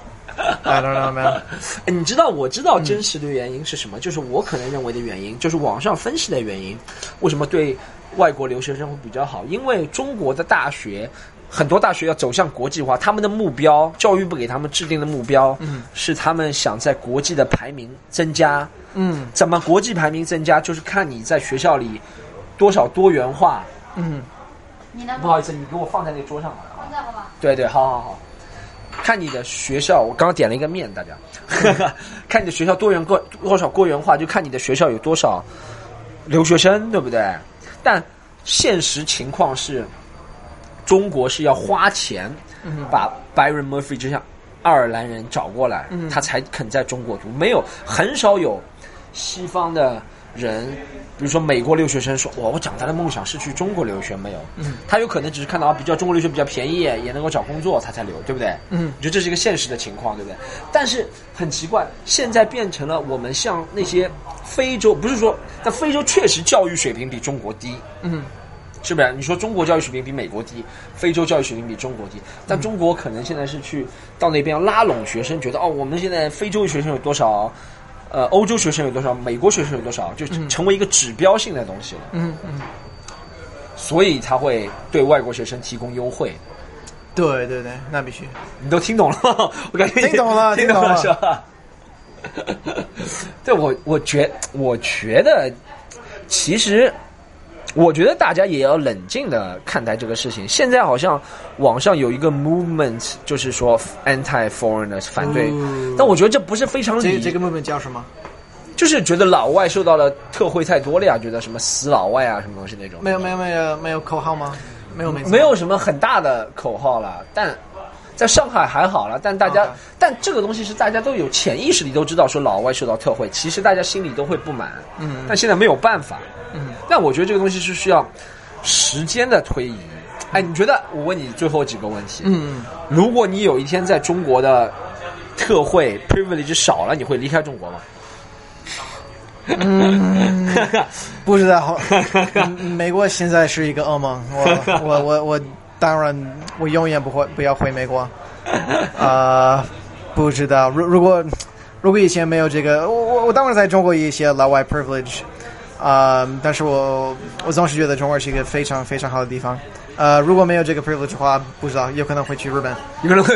I don't know, man。 哎你知道，我知道真实的原因是什么？就是我可能认为的原因，就是网上分析的原因，为什么对外国留学生会比较好？因为中国的大学。很多大学要走向国际化，他们的目标，教育部给他们制定的目标，嗯是他们想在国际的排名增加，嗯怎么国际排名增加，就是看你在学校里多少多元化。嗯。你呢？不好意思，你给我放在那个桌上吧。放在好吧？对对，好好好。看你的学校，我刚刚点了一个面， 大家，看你的学校多元个多少多元化，就看你的学校有多少留学生，对不对？但现实情况是，中国是要花钱嗯把 Byron Murphy 就像爱尔兰人找过来，嗯他才肯在中国读，没有很少有西方的人，比如说美国留学生说，我我长大的梦想是去中国留学，没有，嗯他有可能只是看到啊比较中国留学比较便宜，也能够找工作，他才留，对不对？嗯你觉得这是一个现实的情况，对不对？但是很奇怪，现在变成了我们像那些非洲，不是说，但非洲确实教育水平比中国低，嗯是不是？你说中国教育水平比美国低，非洲教育水平比中国低，但中国可能现在是去到那边拉拢学生，觉得哦，我们现在非洲学生有多少，呃，欧洲学生有多少，美国学生有多少，就成为一个指标性的东西了，嗯嗯，所以他会对外国学生提供优惠。对对对，那必须。你都听懂了 吗？我感觉你听懂了听懂了是听吧？ 对我，我觉我觉得，其实我觉得大家也要冷静的看待这个事情。现在好像网上有一个 movement，就是说 anti foreigners 反对，嗯但我觉得这不是非常理这这个 movement 叫什么？就是觉得老外受到了特惠太多了呀，觉得什么死老外啊，什么东西那种。没有没有没有没有口号吗？没有名字。没有什么很大的口号了，但在上海还好了，但大家 OK 但这个东西是大家都有潜意识里都知道，说老外受到特惠，其实大家心里都会不满。嗯但现在没有办法。嗯，但我觉得这个东西是需要时间的推移。哎，你觉得？我问你最后几个问题。，嗯，如果你有一天在中国的特惠 privilege 少了，你会离开中国吗？不知道，嗯美国现在是一个噩梦。我我我我，当然我永远不会不要回美国。呃，不知道，如如果如果以前没有这个，我我我当然在中国有一些老外 privilege，啊、但是我我总是觉得中国是一个非常非常好的地方。呃，如果没有这个 privilege 的话，不知道有可能会去日本。你可能会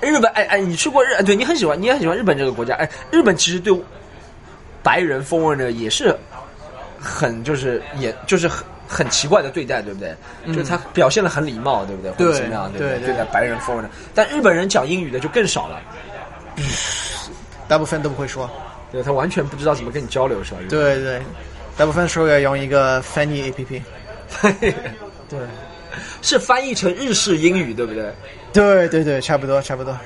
日本，哎哎，你去过日？对你很喜欢，你也很喜欢日本这个国家。哎，日本其实对白人风味呢也是很就是也就是很很奇怪的对待，对不对？就是他表现的很礼貌，对不对？或者嗯对怎么样，对不对对对待白人风味的，但日本人讲英语的就更少了，大部分都不会说，对他完全不知道怎么跟你交流，是吧？对对，大部分时候要用一个翻译 APP。对， 对， 是翻译成日式英语，对不对？对对对，差不多差不多。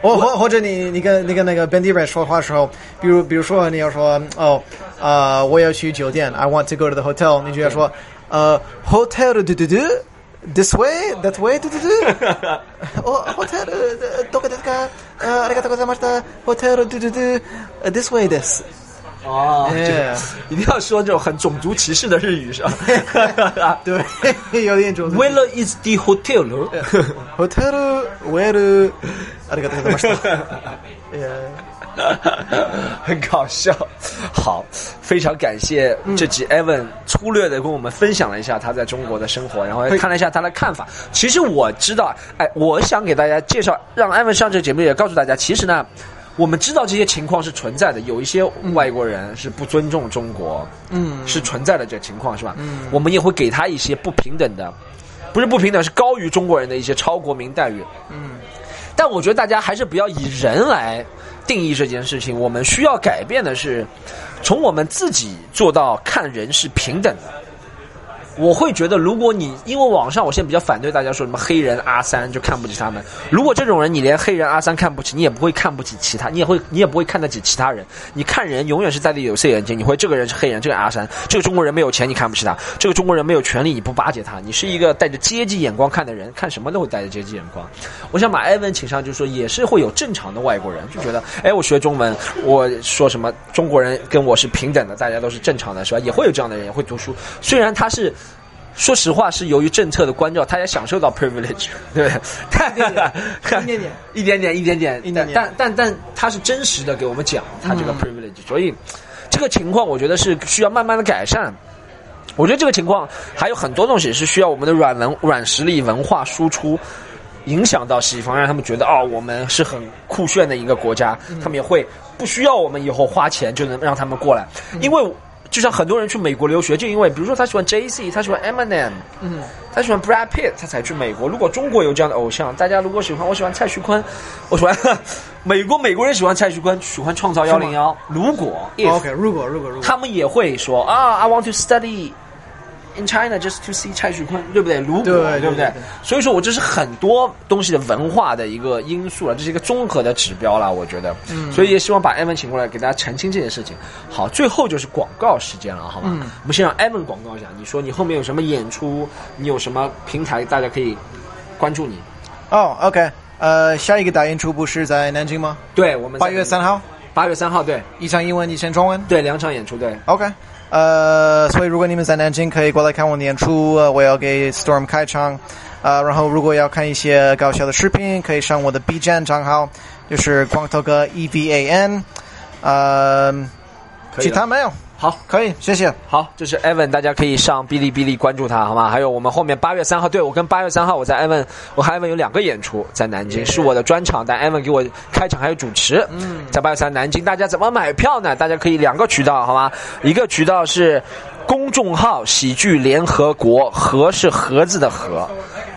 或或或者你你跟你跟那个本地人说话的时候，比如比如说你要说哦，呃，我要去酒店，I want to go to the hotel，你就要说呃，hotel 嘟嘟嘟，this way that way 嘟嘟嘟，哦，hotel どこですか？呃，ありがとうございました。hotel 嘟嘟嘟呃，this way this。 哦 Yeah 一定要说这种很种族歧视的日语，是吧？ 对，有点种族。为了 is the hotel， hotel where ありがとうございました。Yeah 很搞笑。好，非常感谢这集 Evan 粗略的跟我们分享了一下他在中国的生活，然后看了一下他的看法。其实我知道，哎，我想给大家介绍，让 Evan 上这个节目也告诉大家，其实呢。我们知道这些情况是存在的，有一些外国人是不尊重中国，嗯是存在的这个情况是吧？嗯，我们也会给他一些不平等的，不是不平等，是高于中国人的一些超国民待遇。但我觉得大家还是不要以人来定义这件事情。我们需要改变的是，从我们自己做到看人是平等的。我会觉得，如果你因为网上，我现在比较反对大家说什么黑人阿三就看不起他们。如果这种人你连黑人阿三看不起，你也不会看不起其他，你也会你也不会看得起其他人。你看人永远是戴着有色眼镜，你会这个人是黑人，这个阿三，这个中国人没有钱你看不起他，这个中国人没有权利你不巴结他，你是一个带着阶级眼光看的人，看什么都会带着阶级眼光。我想把艾文请上，就是说也是会有正常的外国人就觉得，哎，我学中文，我说什么中国人跟我是平等的，大家都是正常的，是吧？也会有这样的人，也会读书。虽然他是，说实话是由于政策的关照，他也享受到 privilege，对 不对？一点点，一点 点，一点点，一点嗯点但但但他是真实的给我们讲他这个 privilege，、所以这个情况我觉得是需要慢慢的改善。我觉得这个情况还有很多东西是需要我们的软文软实力文化输出。影响到西方，让他们觉得哦，我们是很酷炫的一个国家，他们也会不需要我们以后花钱就能让他们过来，因为就像很多人去美国留学，就因为比如说他喜欢 J C，他喜欢 Eminem，嗯。他喜欢 Brad Pitt，他才去美国。如果中国有这样的偶像，大家如果喜欢，我喜欢蔡徐坤，我喜欢 美国美国人喜欢蔡徐坤，喜欢创造幺零幺。如果 if OK，如 Oh, 果如果如果他们也会说啊，I want to study in China just to see 蔡徐坤，对不对？如果对对不对对所以说我这是很多东西的文化的一个因素了，啊这是一个综合的指标了，我觉得。嗯，所以也希望把艾文请过来给大家澄清这件事情。好，最后就是广告时间了，好吧？嗯我们先让艾文广告一下，你说你后面有什么演出，你有什么平台，大家可以关注你。哦，OK，呃，下一个打印出不是在南京吗？对，我们八月三，号，八月三号，对一场英文，一场中文。对，两场演出，对。 OK，呃，所以如果你们在南京，可以过来看我的演出，呃我要给 Storm 开场。呃，然后如果要看一些搞笑的视频，可以上我的 B 站账号，就是光头哥 E V A N。呃，可以其了他没有，好，可以，谢谢。好，这是 Evan，大家可以上哔哩哔哩关注他，好吗？还有我们后面八月三号，对我跟八月三号我在 Evan，我和 Evan 有两个演出在南京，是我的专场，但 Evan 给我开场还有主持，嗯，在八月三南京，大家怎么买票呢？大家可以两个渠道，好吗？一个渠道是公众号“喜剧联合国”，盒是盒子的盒，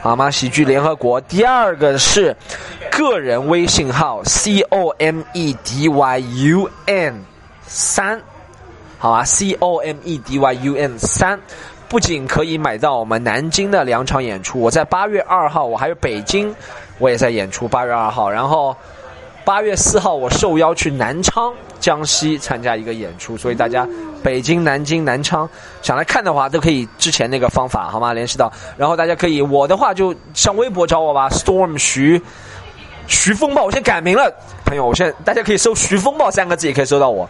好吗？喜剧联合国。第二个是个人微信号 “c o m e d y u n” 三。好吧，C O M E D Y U N 三。不仅可以买到我们南京的两场演出，我在八月二号，我还有北京我也在演出，八月二号。然后八月四号我受邀去南昌，江西参加一个演出，所以大家嗯北京、南京、南昌想来看的话，都可以之前那个方法好吗？联系到，然后大家可以我的话就上微博找我吧，Storm 徐。徐风暴，我先改名了，朋友，我现在大家可以搜“徐风暴”三个字，也可以搜到我。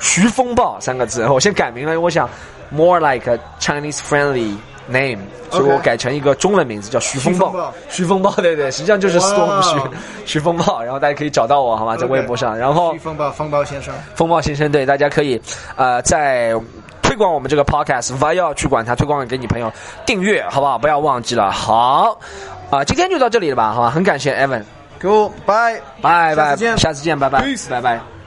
徐风暴三个字，我先改名了，因为我想 more like a Chinese friendly name，所以我 OK 改成一个中文名字叫徐风徐风暴暴。徐风暴，对对，实际上就是 storm 哇徐 徐风暴，然后大家可以找到我好吗？在微博上，然后徐风暴风暴先生，风暴先生，对，大家可以呃在推广我们这个 podcast，不要去管它，推广给你朋友订阅，好不好？不要忘记了。好，啊、今天就到这里了吧，好吧？很感谢 Evan， Cool，bye，拜下拜次，见下次见，拜拜 Peace，拜拜。